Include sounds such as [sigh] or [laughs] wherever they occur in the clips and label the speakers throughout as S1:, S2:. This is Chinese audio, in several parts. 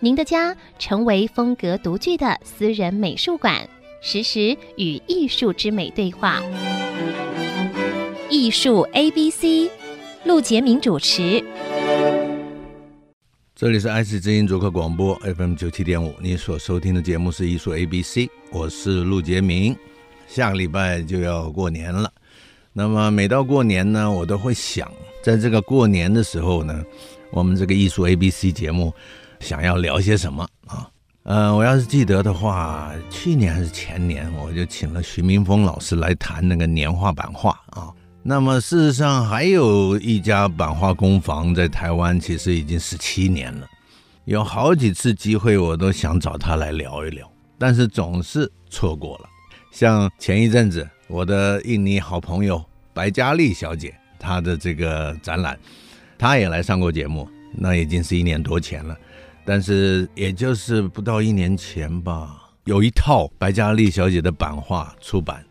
S1: 您的家成为风格独具的私人美术馆，实时与艺术之美对话。艺术 A B C，陆杰明主持。
S2: 这里是 IC 之音逐客广播 FM 九七点五，你所收听的节目是艺术 ABC，我是陆杰明。下个礼拜就要过年了，那么每到过年呢，我都会想，在这个过年的时候呢，我们这个艺术 ABC 节目想要聊些什么啊？呃，我要是记得的话，去年还是前年，我就请了徐明峰老师来谈那个年画版画啊。那么事实上，还有一家版画工坊在台湾，其实已经十七年了。有好几次机会，我都想找他来聊一聊，但是总是错过了。像前一阵子，我的印尼好朋友白嘉丽小姐，她的这个展览，她也来上过节目，那已经是一年多前了。但是也就是不到一年前吧，有一套白嘉丽小姐的版画出版，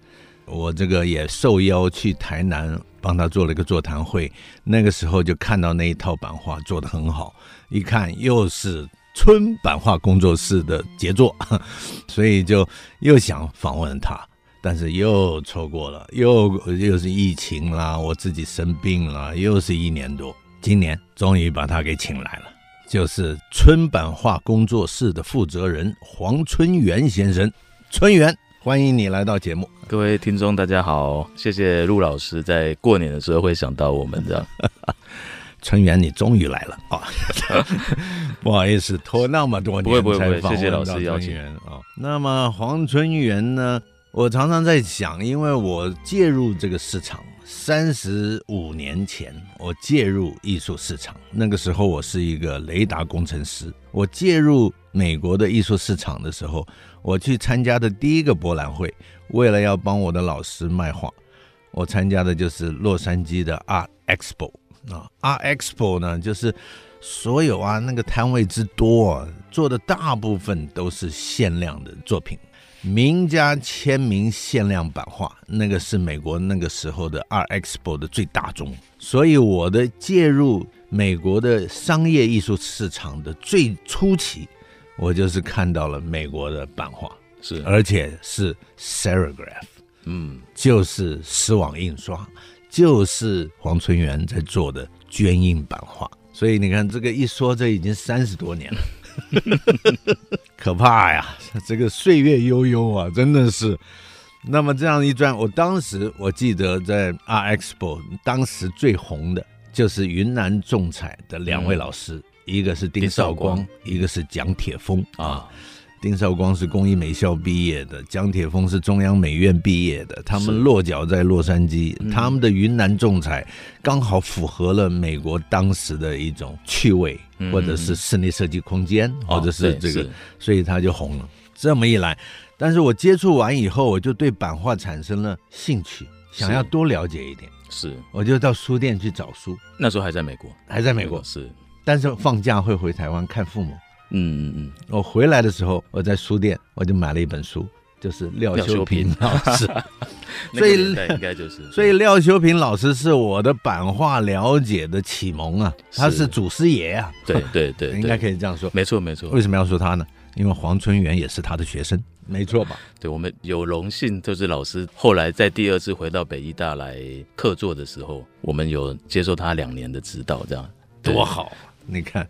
S2: 我这个也受邀去台南帮他做了一个座谈会，那个时候就看到那一套版画做得很好，一看又是村版画工作室的杰作， [laughs] 所以就又想访问他，但是又错过了，又又是疫情啦，我自己生病啦，又是一年多，今年终于把他给请来了。就是村版画工作室的负责人黄春元先生，春元，欢迎你来到节目。
S3: 各位听众，大家好，谢谢陆老师在过年的时候会想到我们这样。
S2: [laughs] 春元，你终于来了啊！ [laughs] 不好意思，拖那么多年
S3: 不会不会不会
S2: 才访
S3: 谢谢老
S2: 问
S3: 师
S2: 到
S3: 邀
S2: 春
S3: 请
S2: 元啊。那么黄春元呢？我常常在想，因为我介入这个市场三十五年前，我介入艺术市场，那个时候我是一个雷达工程师。我介入美国的艺术市场的时候，我去参加的第一个博览会，为了要帮我的老师卖画，我参加的就是洛杉矶的 Art Expo 啊，Art Expo 呢，就是所有啊那个摊位之多、啊，做的大部分都是限量的作品，名家签名限量版画，那个是美国那个时候的 Art Expo 的最大宗，所以我的介入美国的商业艺术市场的最初期，我就是看到了美国的版画，
S3: 是，
S2: 而且是 serigraph。
S3: 嗯，
S2: 就是丝网印刷，就是黄春元在做的捐印版画。所以你看，这个一说，这已经三十多年了， [laughs] 可怕呀！这个岁月悠悠啊，真的是。那么这样一转，我当时我记得在 R Expo，当时最红的就是云南仲裁的两位老师，一个是丁
S3: 嗯丁绍
S2: 绍光，
S3: 光
S2: 一个是蒋铁峰
S3: 啊，
S2: 丁绍光是工艺美校毕业的，蒋铁峰是中央美院毕业的，他们
S3: 是
S2: 落脚在洛杉矶，
S3: 嗯
S2: 他们的云南仲裁刚好符合了美国当时的一种趣味，
S3: 嗯
S2: 或者是室内设计空间，或者是
S3: 哦
S2: 这
S3: 对
S2: 个，所以他就红了。这么一来，但是我接触完以后，我就对版画产生了兴趣，想
S3: 是
S2: 要多了解一点，
S3: 是是
S2: 我就到书店去找书，
S3: 那时候还在美国，
S2: 还在美国，
S3: 是，
S2: 但是放假会回台湾看父母。
S3: 嗯嗯嗯，
S2: 我回来的时候，我在书店我就买了一本书，就是廖修平老
S3: [laughs]
S2: 师。
S3: 哦那
S2: 所
S3: 个
S2: 以
S3: 年代应该就是，
S2: [laughs] 所以廖修平老师是我的版画了解的启蒙啊，
S3: 是
S2: 他是祖师爷啊，
S3: 对对对，
S2: 应该可嗯
S3: 以，
S2: 以这样说。
S3: 没错没错
S2: 为，什么要说他呢？因为黄春元也是他的学生，没错
S3: [laughs]
S2: 吧？
S3: 对我们有荣幸，就是老师后来在第二次回到北医大来客座的时候，我们有接受他两年的指导，这样对
S2: 多好啊！你看，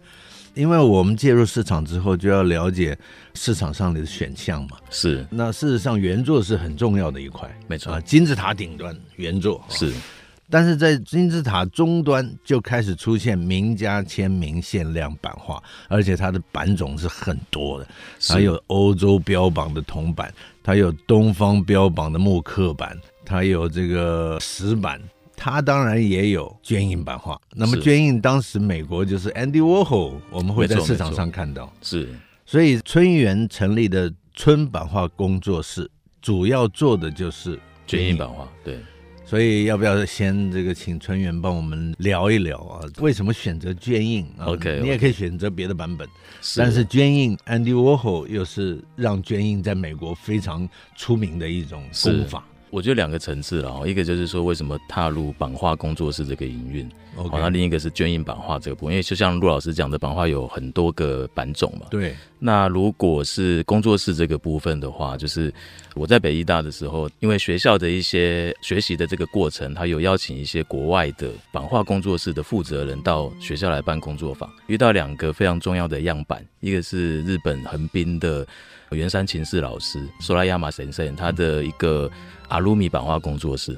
S2: 因为我们介入市场之后，就要了解市场上的选项嘛。
S3: 是
S2: 那事实上，原作是很重要的一块，
S3: 没错
S2: 啊，金字塔顶端原作啊
S3: 是
S2: 但是在金字塔终端就开始出现名家签名限量版画，而且它的版种是很多的，
S3: 是
S2: 它有欧洲标榜的铜版，它有东方标榜的木刻版，它有这个石版。它当然也有捐印版画，那么
S3: 是
S2: 捐印当时美国就是 Andy Warhol，我们会在
S3: 没错
S2: 市场上看到，
S3: 是
S2: 所以春园成立的春版画工作室，主要做的就是
S3: 卷印版画，对，
S2: 所以要不要先这个请春元帮我们聊一聊啊？为什么选择捐印啊
S3: OK，
S2: 你也
S3: OK
S2: 可以选择别的版本，但是捐印 Andy Warhol 又是让捐印在美国非常出名的一种
S3: 是
S2: 功法。
S3: 我觉得两个层次了哦，一个就是说为什么踏入版画工作室这个营运，好，那
S2: OK，
S3: 另一个是捐印版画这个部分，因为就像陆老师讲的，版画有很多个版种嘛。
S2: 对，
S3: 那如果是工作室这个部分的话，就是我在北医大的时候，因为学校的一些学习的这个过程，他有邀请一些国外的版画工作室的负责人到学校来办工作坊，遇到两个非常重要的样板，一个是日本横滨的原山晴世老师索拉亚马神圣他的一个阿鲁米版画工作室。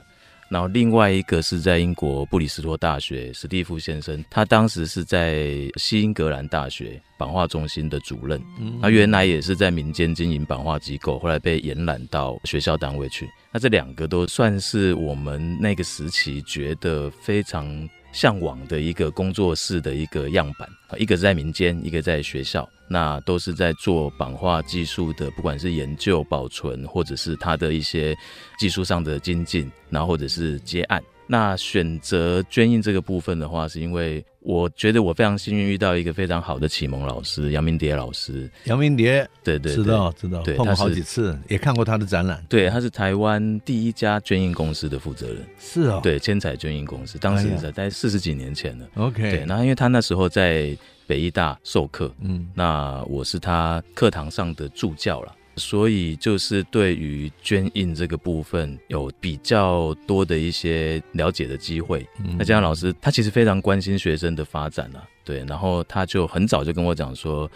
S3: 然后另外一个是在英国布里斯托大学史蒂夫先生，他当时是在西英格兰大学版画中心的主任。他原来也是在民间经营版画机构，后来被延揽到学校单位去。那这两个都算是我们那个时期觉得非常向往的一个工作室的一个样板，啊一个在民间，一个在学校，那都是在做版画技术的，不管是研究、保存，或者是它的一些技术上的精进，然后或者是接案。那选择捐印这个部分的话，是因为我觉得我非常幸运遇到一个非常好的启蒙老师杨明蝶老师，
S2: 杨明蝶
S3: 对对
S2: 知
S3: 对
S2: 道知道，
S3: 对
S2: 碰过
S3: 他是
S2: 好几次，也看过他的展览。
S3: 对，他是台湾第一家捐印公司的负责人，
S2: 是啊，
S3: 对，千彩捐印公司，当时
S2: 哎呀
S3: 在在四十几年前了。对，
S2: ，OK，
S3: 那因为他那时候在北医大授课，
S2: 嗯，
S3: 那我是他课堂上的助教了，所以就是对于捐印这个部分有比较多的一些了解的机会。
S2: 嗯
S3: 那加上老师他其实非常关心学生的发展啊，对，然后他就很早就跟我讲说。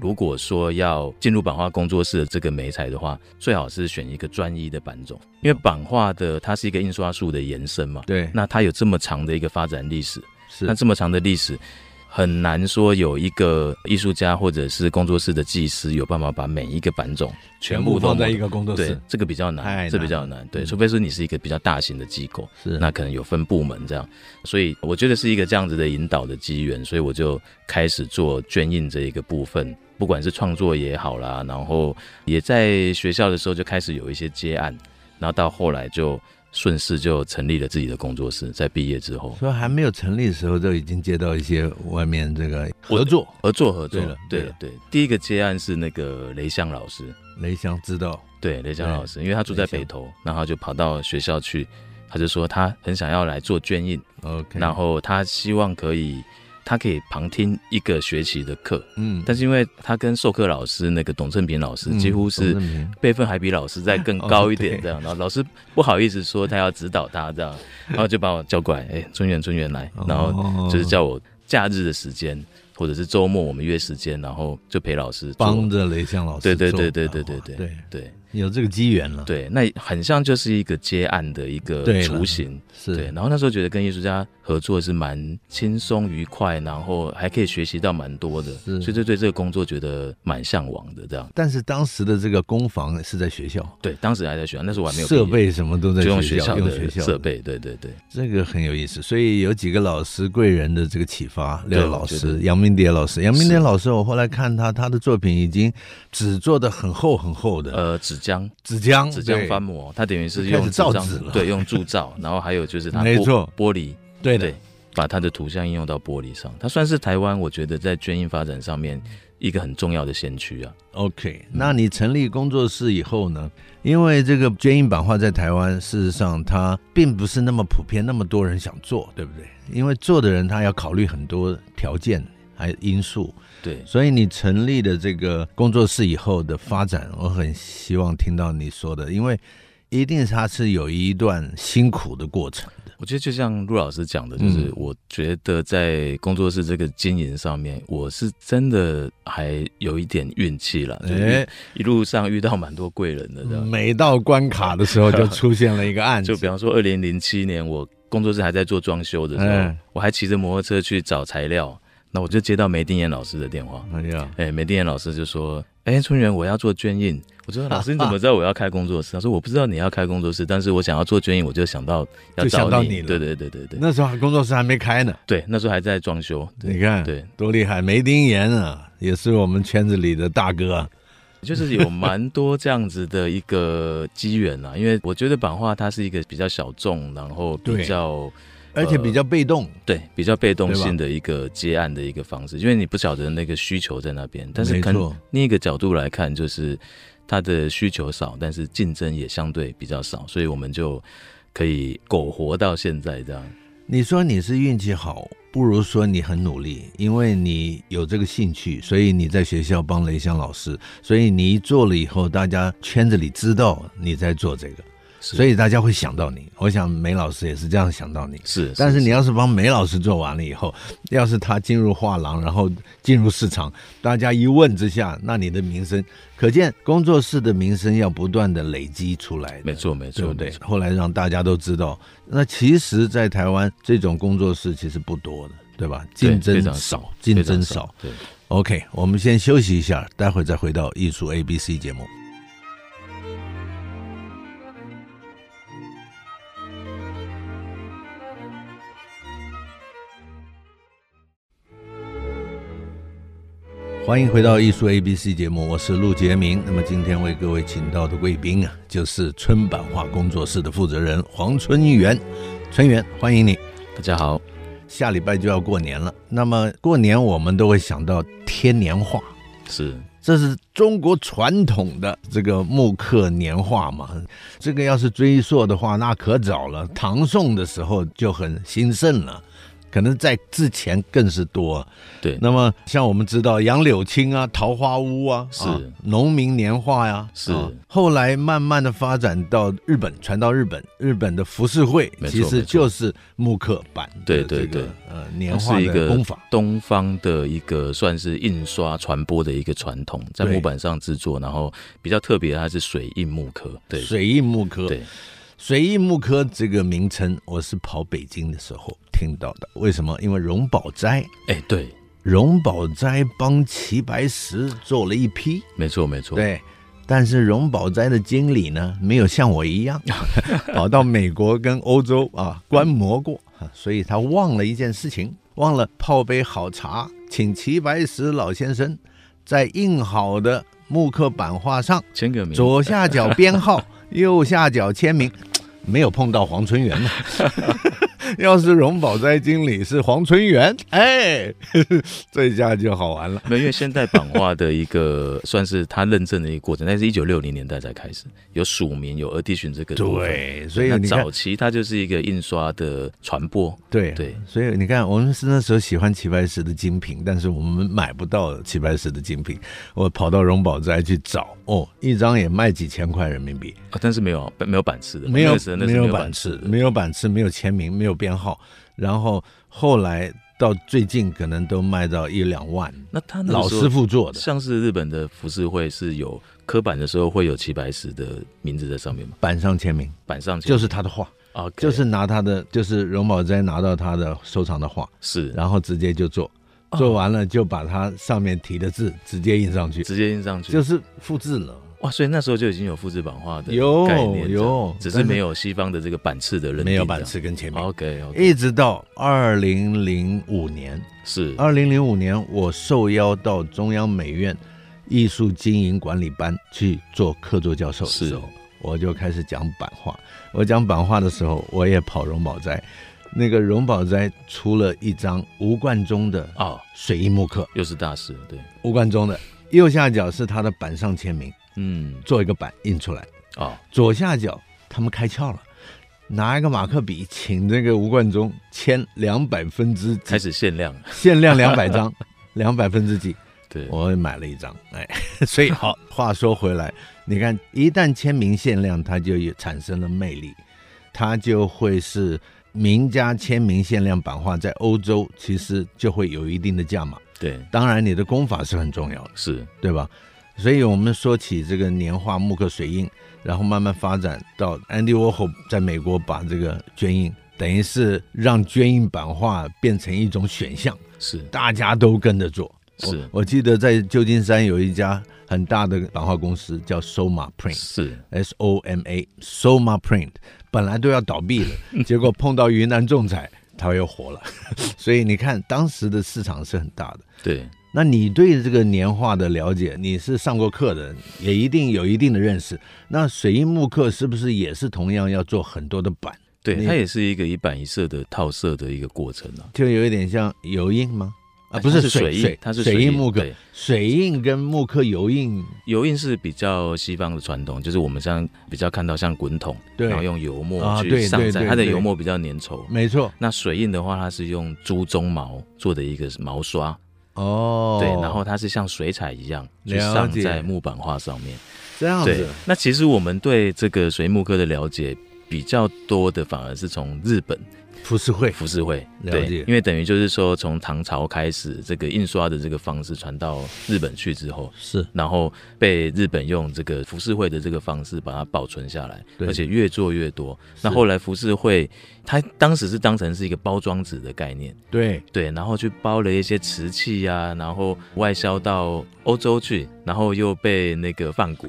S3: 如果说要进入版画工作室的这个媒材的话，最好是选一个专一的版种，因为版画的它是一个印刷术的延伸嘛。
S2: 对，
S3: 那它有这么长的一个发展历史，
S2: 是
S3: 那这么长的历史，很难说有一个艺术家或者是工作室的技师有办法把每一个版种
S2: 全
S3: 部
S2: 部
S3: 都
S2: 放在
S3: 摸
S2: 一个工作
S3: 对
S2: 室，
S3: 这个比较
S2: 太
S3: 难，
S2: 难
S3: 这比较难。对，
S2: 嗯
S3: 除非说你是一个比较大型的机构，
S2: 是
S3: 那可能有分部门这样。所以我觉得是一个这样子的引导的机缘，所以我就开始做捐印这一个部分。不管是创作也好啦，然后也在学校的时候就开始有一些接案，然后到后来就顺势就成立了自己的工作室，在毕业之后。
S2: 说还没有成立的时候，就已经接到一些外面这个合作。
S3: 合作合作，
S2: 对了
S3: 对
S2: 对了
S3: 对第一个接案是那个雷香老师，
S2: 雷翔知道，
S3: 对雷香
S2: 对
S3: 老师，因为他住在北投，然后就跑到学校去，他就说他很想要来做卷印，
S2: OK，
S3: 然后他希望可以。他可以旁听一个学期的课，
S2: 嗯，
S3: 但是因为他跟授课老师那个董正平老师
S2: 嗯
S3: 几乎是
S2: 董正平哦
S3: 辈分还比老师再更高
S2: [laughs]
S3: 一点，这样，然后老师不好意思说他要指导他这样，然后就把我叫过来，哎，春元春元来，
S2: 哦
S3: 然后就是叫我假日的时间或者是周末我们约时间，然后就陪老师做
S2: 帮着雷翔老师
S3: 对对
S2: 做
S3: 对对对
S2: 的
S3: 对
S2: 话
S3: 对
S2: 对，
S3: 对
S2: 有这个机缘了，
S3: 对，那很像就是一个接案的一
S2: 对
S3: 个
S2: 了
S3: 雏形，
S2: 是
S3: 对，然后那时候觉得跟艺术家合作是蛮轻松愉快，然后还可以学习到蛮多的，
S2: 是
S3: 所以就对这个工作觉得蛮向往的这样。
S2: 但是当时的这个工房是在学校，
S3: 对，当时还在学校，那时候我还没有
S2: 设
S3: 毕业
S2: 备什么都在
S3: 就用
S2: 学校，用
S3: 的
S2: 学校
S3: 设，备，对对对，
S2: 这个很有意思。所以有几个老师贵人的这个启发，廖
S3: 对
S2: 老
S3: 我觉
S2: 师、
S3: 得
S2: 杨明蝶老师、杨明
S3: 是
S2: 蝶老师，我后来看他他的作品已经纸做的很厚很厚的，
S3: 呃，纸浆
S2: 纸浆
S3: 纸浆
S2: 嗯对
S3: 翻模，它等于是
S2: 就开
S3: 用
S2: 始
S3: 纸
S2: 造
S3: 张
S2: 纸了
S3: 对，用铸造，然后还有就是它
S2: 没
S3: 玻
S2: 错
S3: 玻璃，
S2: 对的
S3: 对，把它的图像应用到玻璃上，它算是台湾我觉得在捐印发展上面一个很重要的先驱啊。
S2: OK，那你成立工作室以后呢？因为这个捐印版画在台湾，事实上它并不是那么普遍，那么多人想做，对不对？因为做的人他要考虑很多条件还有因素，
S3: 对，
S2: 所以你成立的这个工作室以后的发展，我很希望听到你说的，因为一定它是有一段辛苦的过程的。
S3: 我觉得就像陆老师讲的，就是
S2: 嗯
S3: 我觉得在工作室这个经营上面，我是真的还有一点运气了，就是
S2: 哎，
S3: 一路上遇到蛮多贵人的这样。
S2: 每到关卡的
S3: [laughs]
S2: 时候就出现了一个案子，
S3: 就比方说，二零零七年我工作室还在做装修的时候，
S2: 嗯
S3: 我还骑着摩托车去找材料，那我就接到梅定岩老师的电话。
S2: 哎呀，
S3: 哎，梅定岩老师就说：“哎，春元，我要做捐印。”我就说：“老师，你怎么知道我要开工作室？”他说：“我不知道你要开工作室，但是我想要做捐印，我就想到要
S2: 就想
S3: 找
S2: 到
S3: 你。
S2: 你了
S3: 对对对对对，
S2: 那时候工作室还没开呢。
S3: 对，那时候还在装修。对
S2: 你看，
S3: 对
S2: 多厉害！梅丁岩啊，也是我们圈子里的大哥啊。
S3: 就是有蛮多这样子的一个机缘啊啦，因为我觉得版画它是一个比较小众，然后
S2: 对
S3: 比较
S2: 而且比较被动，
S3: 对比较被动
S2: 对吧
S3: 性的一个接案的一个方式，因为你不晓得那个需求在那边，但是
S2: 没
S3: 可能
S2: 错
S3: 另一个角度来看，就是它的需求少，但是竞争也相对比较少，所以我们就可以苟活到现在这样。
S2: 你说你是运气好，不如说你很努力，因为你有这个兴趣，所以你在学校帮雷香老师，所以你一做了以后，大家圈子里知道你在做这个，
S3: 是
S2: 所以大家会想到你。我想梅老师也是这样想到你。
S3: 是，
S2: 但是你要是帮梅老师做完了以后，要是他进入画廊，然后进入市场，大家一问之下，那你的名声，可见工作室的名声要不断的累积出来的。
S3: 没错没
S2: 对
S3: 错
S2: 不对
S3: 没？错
S2: 后来让大家都知道，那其实，在台湾这种工作室其实不多的，对吧？
S3: 对
S2: 竞争
S3: 非常
S2: 少，
S3: 非
S2: 竞
S3: 常
S2: 争少。
S3: 对。
S2: OK，我们先休息一下，待会儿再回到艺术 A B C 节目。欢迎回到艺术 A B C 节目，我是陆杰明。那么今天为各位请到的贵宾啊，就是春版画工作室的负责人黄春元，春元，欢迎你。
S3: 大家好，
S2: 下礼拜就要过年了，那么过年我们都会想到贴年画，
S3: 是
S2: 这是中国传统的这个木刻年画嘛。这个要是追溯的话，那可早了，唐宋的时候就很兴盛了。可能在之前更是多，
S3: 对
S2: 那么像我们知道杨柳青啊、桃花坞啊，
S3: 是
S2: 啊农民年画呀、
S3: 是
S2: 啊后来慢慢的发展到日本，传到日本，日本的浮世绘
S3: 没错
S2: 其实
S3: 没错
S2: 就是木刻版的
S3: 对对
S2: 这个
S3: 对
S2: 呃年
S3: 它
S2: 画
S3: 是一
S2: 的
S3: 个
S2: 功法，
S3: 东方的一个算是印刷传播的一个传统，在
S2: 对
S3: 木板上制作，然后比较特别，它是水印木刻，对
S2: 水印木刻。
S3: 对，
S2: 水印木刻这个名称，我是跑北京的时候听到的。为什么？因为荣宝斋，
S3: 哎对，
S2: 荣宝斋帮齐白石做了一批，
S3: 没错没错，
S2: 对。但是荣宝斋的经理呢，没有像我一样跑到美国跟欧洲啊观摩过，啊所以他忘了一件事情，忘了泡杯好茶，请齐白石老先生在印好的木刻版画上
S3: 签个名，
S2: 左下角编号，右下角签名，没有碰到黄春元呢。 [laughs] 要是荣宝斋经理是黄春元，哎， [laughs] 这下就好玩了。
S3: 没有，因为现代版画的一个 [laughs] 算是它认证的一个过程，但是一九六零年代才开始有署名，有额地询这个部分。
S2: 对，所以
S3: 那
S2: 你看
S3: 早，期它就是一个印刷的传播，
S2: 对
S3: 对
S2: 所以你看，我们是那时候喜欢齐白石的精品，但是我们买不到齐白石的精品，我跑到荣宝斋去找，哦，一张也卖几千块人民币，
S3: 啊但是没有没有版次的，
S2: 没
S3: 那
S2: 有
S3: 个时候那
S2: 没
S3: 是
S2: 有
S3: 有
S2: 版
S3: 次
S2: 次，
S3: 的，
S2: 没有版次，没有签名，没有编号。然后后来到最近，可能都卖到一两万。
S3: 那他那个
S2: 老
S3: 时候
S2: 师傅做的
S3: 像是日本的浮世绘是有刻板的时候会有齐白石的名字在上面嘛，
S2: 板上签名，
S3: 板上
S2: 就是他的画，
S3: 啊，
S2: 就是拿他的，就是荣宝斋拿到他的收藏的画，
S3: 是
S2: 然后直接就做，
S3: 哦
S2: 做完了就把他上面题的字直接印上去，
S3: 直接印上去，
S2: 就是复制了。
S3: 哇，所以那时候就已经有复制版画的
S2: 有
S3: 概念这样，
S2: 有
S3: 只
S2: 但
S3: 是
S2: 是
S3: 没有西方的这个版次的认定，
S2: 没有版次。跟签名，
S3: OK OK，
S2: 一直到二零零五年，
S3: 是
S2: 二零零五年，我受邀到中央美院艺术经营管理班去做客座教授的时候
S3: 是，
S2: 我就开始讲版画。我讲版画的时候，我也跑荣宝斋，那个荣宝斋出了一张吴冠中的
S3: 哦，
S2: 水印木刻，
S3: 又是大师，对，
S2: 吴冠中的右下角是他的板上签名，
S3: 嗯，
S2: 做一个板印出来，
S3: 哦，
S2: 左下角他们开窍了。拿一个马克笔，请这个吴冠中签两百分之几
S3: 开始限量
S2: [laughs]
S3: 了，
S2: 限量两百张，两百分之几，
S3: 对，
S2: 我也买了一张，哎， [laughs] 所以好，话说回来，你看，一旦签名限量，它就有产生了魅力，它就会是名家签名限量版画，在欧洲其实就会有一定的价码。
S3: 对，
S2: 当然，你的功法是很重要的，
S3: 是
S2: 对吧？所以我们说起这个年画木刻水印，然后慢慢发展到 Andy Warhol 在美国把这个絹印，等于是让絹印版画变成一种选项。
S3: 是
S2: 大家都跟着做。我
S3: 是
S2: 我记得在旧金山有一家很大的版画公司叫 Soma Print。
S3: 是，
S2: S O M A Soma Print 本来都要倒闭
S3: [laughs]
S2: 了，结果碰 [laughs] 到云南仲裁，它又活了。所以你看，当时的市场是很大的。
S3: 对，
S2: 那你对这个年画的了解，你是上过课的人，也一定有一定的认识。那水印木刻是不是也是同样要做很多的版？
S3: 对，
S2: 你
S3: 它也是一个一板一色的套色的一个过程啊。
S2: 就有一点像油印吗？啊，
S3: 哎
S2: 不
S3: 它是
S2: 水
S3: 水印
S2: 水
S3: 它是
S2: 水
S3: 水
S2: 印
S3: 印
S2: 木刻
S3: 对，
S2: 水印跟木刻油印，
S3: 油印是比较西方的传统，就是我们像比较看到像滚筒，
S2: 对
S3: 然后用油
S2: 啊
S3: 墨
S2: 对
S3: 去
S2: 对
S3: 上
S2: 对
S3: 蘸，它的
S2: 对嗯
S3: 油墨比较粘稠。
S2: 没错
S3: 那水印的话，它是用猪鬃毛做的一个毛刷，
S2: 哦。
S3: 对，然后它是像水彩一样去
S2: 了
S3: 上
S2: 解
S3: 在木板画上面。
S2: 这样
S3: 对
S2: 子，
S3: 那其实我们对这个水墨科的了解比较多的，反而是从日本
S2: 浮世绘
S3: 浮世绘，
S2: 了
S3: 对
S2: 解，
S3: 因为等于就是说从唐朝开始，这个印刷的这个方式传到日本去之后。
S2: 是
S3: 然后被日本用这个浮世绘的这个方式把它保存下来，
S2: 对
S3: 而且越做越多。那
S2: 是
S3: 后来浮世绘，它当时是当成是一个包装纸的概念，
S2: 对
S3: 对，然后去包了一些瓷器呀、然后外销到欧洲去，然后又被那个梵谷，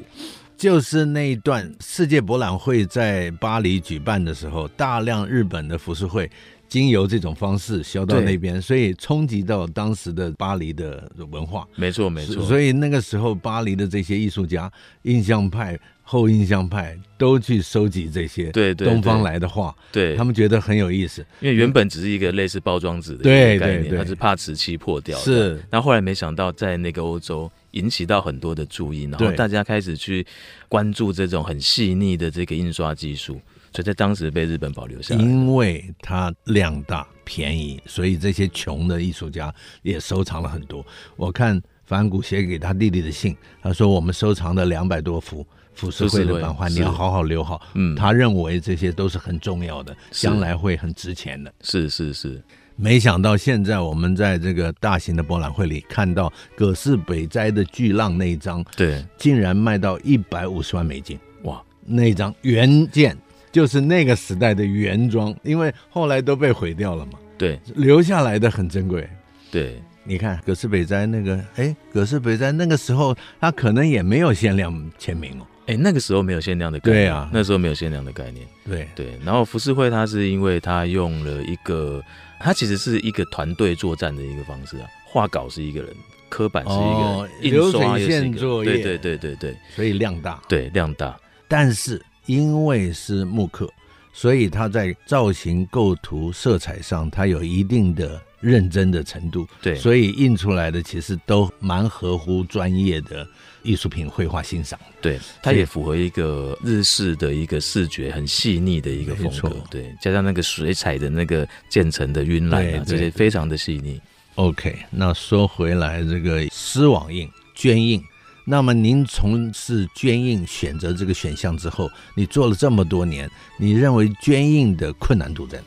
S2: 就是那一段世界博览会在巴黎举办的时候，大量日本的服饰会经由这种方式销到
S3: 对
S2: 那边，所以冲击到当时的巴黎的文化。
S3: 没错没错，
S2: 所以那个时候巴黎的这些艺术家，印象派、后印象派都去收集这些
S3: 对对
S2: 东方
S3: 对
S2: 来的画，
S3: 对
S2: 他们觉得很有意思。
S3: 因为原本只是一个类似包装纸的
S2: 对
S3: 一个概
S2: 对
S3: 念，
S2: 对
S3: 它是怕瓷器破掉的。
S2: 是，
S3: 那后来没想到在那个欧洲引起到很多的注意，然后
S2: 对
S3: 大家开始去关注这种很细腻的这个印刷技术，所以在当时被日本保留下来。
S2: 因为它量大便宜，所以这些穷的艺术家也收藏了很多。我看梵谷写给他弟弟的信，他说我们收藏的两百多幅浮世绘的版画，
S3: 浮
S2: 你
S3: 世绘是
S2: 要好好留好。
S3: 嗯
S2: 他认为这些都是很重要的，
S3: 是
S2: 将来会很值钱的。
S3: 是是是，
S2: 没想到现在我们在这个大型的博览会里看到葛饰北斋的巨浪那一张，
S3: 对，
S2: 竟然卖到一百五十万美金。
S3: 哇，
S2: 那一张原件，就是那个时代的原装，因为后来都被毁掉了嘛，
S3: 对
S2: 留下来的很珍贵。
S3: 对
S2: 你看葛饰北斋那个，哎，葛饰北斋那个时候他可能也没有限量签名哦，
S3: 哎、那个时候没有限量的概念，
S2: 对啊
S3: 那时候没有限量的概念，
S2: 对，
S3: 对。然后浮世绘它是因为它用了一个，它其实是一个团队作战的一个方式啊，画稿是一个人，刻板是一个人，
S2: 哦
S3: 印刷也
S2: 流
S3: 是
S2: 水
S3: 一
S2: 线
S3: 个人
S2: 作业
S3: 对对对对对
S2: 所以量大。
S3: 对，量大，
S2: 但是因为是木刻，所以他在造型、构图、色彩上，他有一定的认真的程度，
S3: 对
S2: 所以印出来的其实都蛮合乎专业的艺术品绘画欣赏。
S3: 对，它也符合一个日式的一个视觉很细腻的一个风
S2: 没
S3: 格
S2: 错，
S3: 对，加上那个水彩的那个渐层的晕染
S2: 对
S3: 啊
S2: 对，
S3: 这些非常的细腻。
S2: OK，那说回来，这个丝网印、绢印，那么您从事绢印选择这个选项之后，你做了这么多年，你认为绢印的困难度在哪？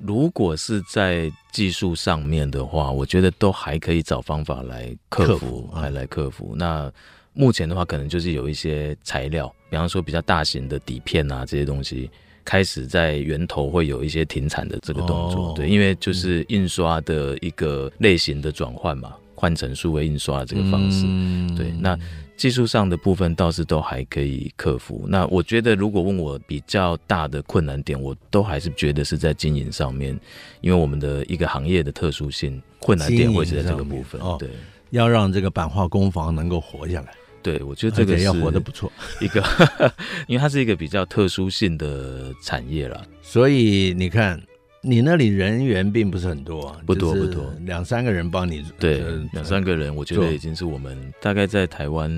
S3: 如果是在技术上面的话，我觉得都还可以找方法来
S2: 克
S3: 克
S2: 服
S3: 服，
S2: 啊
S3: 还来克服。那目前的话，可能就是有一些材料，比方说比较大型的底片啊这些东西，开始在源头会有一些停产的这个动作。
S2: 哦
S3: 对，因为就是印刷的一个类型的转换嘛，换成数位印刷的这个方式。
S2: 嗯
S3: 对，那技术上的部分倒是都还可以克服。那我觉得，如果问我比较大的困难点，我都还是觉得是在经营上面，因为我们的一个行业的特殊性，困难点会是在这个部
S2: 经营
S3: 分
S2: 上面哦。
S3: 对，
S2: 要让这个版画工坊能够活下来，
S3: 对，我觉得这
S2: 而
S3: 个
S2: 且啊要
S3: 是
S2: 活得不错。[laughs]
S3: 一个，因为它是一个比较特殊性的产业啦。
S2: 所以你看，你那里人员并不是很多啊，
S3: 不多
S2: 就是
S3: 不多
S2: 两三个人帮你
S3: 对
S2: 呃，
S3: 两三个人，我觉
S2: 做
S3: 得已经是我们大概在台湾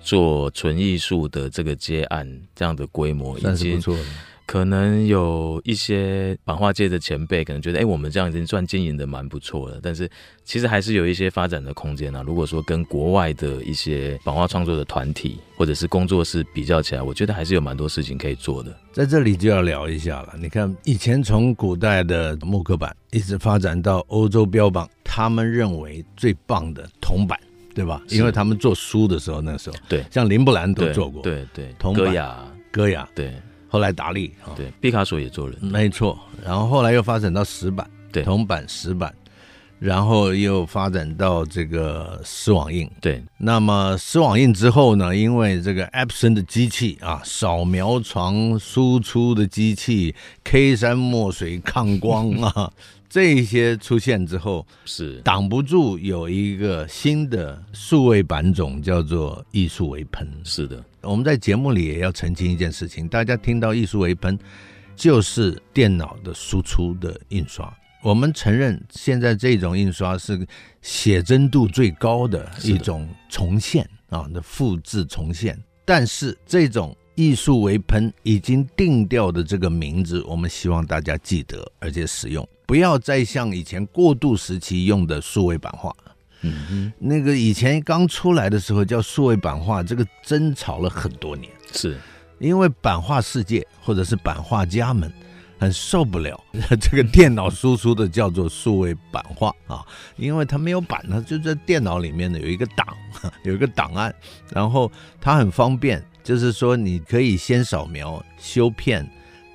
S3: 做纯艺术的这个接案这样的规模，已
S2: 算是
S3: 经
S2: 不错的。
S3: 可能有一些版画界的前辈可能觉得，哎、我们这样已经算经营的蛮不错了，但是其实还是有一些发展的空间啊。如果说跟国外的一些版画创作的团体或者是工作室比较起来，我觉得还是有蛮多事情可以做的。
S2: 在这里就要聊一下了。你看，以前从古代的木刻板一直发展到欧洲标榜他们认为最棒的铜板，对吧？
S3: 是
S2: 因为他们做书的时候，那时候
S3: 对
S2: 像林布兰都
S3: 对
S2: 做过，，
S3: 对对，
S2: 铜板
S3: 戈雅，
S2: 戈雅，
S3: 对
S2: 后来达利，啊，嗯
S3: 对，毕卡索也做了，
S2: 没错。然后后来又发展到石板，
S3: 对
S2: 铜板、石板。然后又发展到这个丝网印。
S3: 对，
S2: 那么丝网印之后呢，因为这个 Epson 的机器啊，扫描床输出的机器，K 三墨水、抗光啊， [laughs] 这些出现之后，
S3: 是
S2: 挡不住有一个新的数位版种叫做艺术微喷。
S3: 是的，
S2: 我们在节目里也要澄清一件事情，大家听到艺术微喷，就是电脑的输出的印刷。我们承认，现在这种印刷是写真度最高的一种重现啊，那复制重现。但是这种艺术微喷已经定掉的这个名字，我们希望大家记得而且使用，不要再像以前过渡时期用的数位版画。
S3: 嗯哼，
S2: 那个以前刚出来的时候叫数位版画，这个争吵了很多年，
S3: 是
S2: 因为版画世界或者是版画家们很受不了 [laughs] 这个电脑输出的叫做数位版画啊，因为它没有版，它就在电脑里面呢有一个档， [laughs] 有一个档案，然后它很方便，就是说你可以先扫描、修片。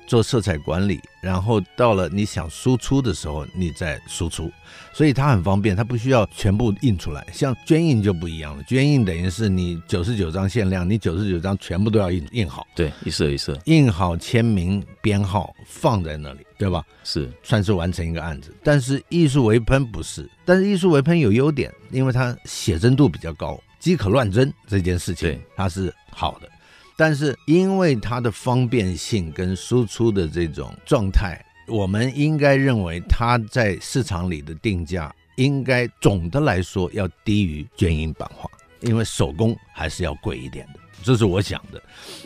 S2: 做色彩管理，然后到了你想输出的时候，你再输出。所以它很方便，它不需要全部印出来。像捐印就不一样了，捐印等于是你九十九张限量，你九十九张全部都要印印好，
S3: 对，一色一色
S2: 印好签名编号放在那里，对吧？
S3: 是
S2: 算是完成一个案子。但是艺术微喷不是，但是艺术微喷有优点，因为它写真度比较高，即可乱真这件事情
S3: 对
S2: 它是好的。但是因为它的方便性跟输出的这种状态，我们应该认为它在市场里的定价应该总的来说要低于卷印版画，因为手工还是要贵一点的。这是我想的，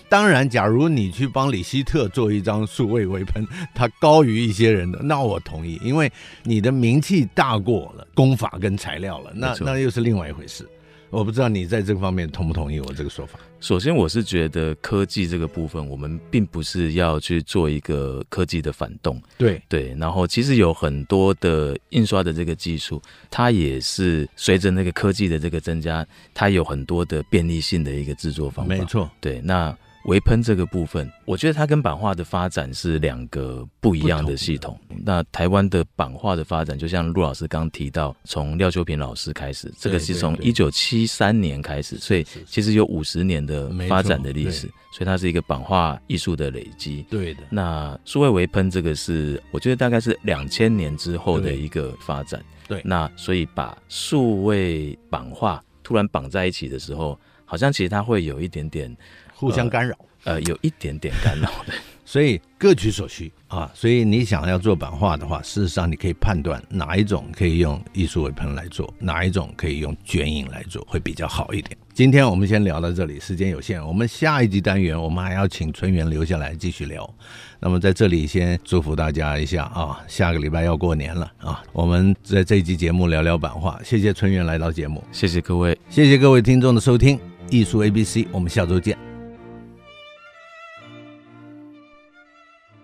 S2: 当然，假如你去帮李希特做一张数位微喷，它高于一些人的，那我同意，因为你的名气大过了功法跟材料了，那
S3: 没错
S2: 那又是另外一回事。我不知道你在这方面同不同意我这个说法。
S3: 首先，我是觉得科技这个部分，我们并不是要去做一个科技的反动，
S2: 对，
S3: 对。然后，其实有很多的印刷的这个技术，它也是随着那个科技的这个增加，它有很多的便利性的一个制作方法。
S2: 没，错，
S3: 对。那微喷这个部分，我觉得它跟版画的发展是两个不一样的系统。那台湾的版画的发展，就像陆老师刚提到，从廖秋平老师开始，这个是从
S2: 对
S3: 一九七三年开始，所以
S2: 是是
S3: 其实有五十年的发展的历史
S2: 没错，
S3: 所以它是一个版画艺术的累积。
S2: 对的，
S3: 那苏位微喷这个是，我觉得大概是两千年之后的
S2: 对
S3: 一个发展。
S2: 对
S3: 那所以把数位版画突然绑在一起的时候，好像其实它会有一点点，
S2: 互相干扰，
S3: 呃，有一点点干扰 [laughs] 的。
S2: 所以各取所需啊。所以你想要做版画的话，事实上你可以判断哪一种可以用艺术微喷来做，哪一种可以用卷影来做，会比较好一点。今天我们先聊到这里，时间有限，我们下一集单元我们还要请纯元留下来继续聊。那么在这里先祝福大家一下啊，下个礼拜要过年了啊，我们在这一期节目聊聊版画，谢谢纯元来到节目，
S3: 谢谢各位。
S2: 谢谢各位听众的收听，艺术 A B C，我们下周见。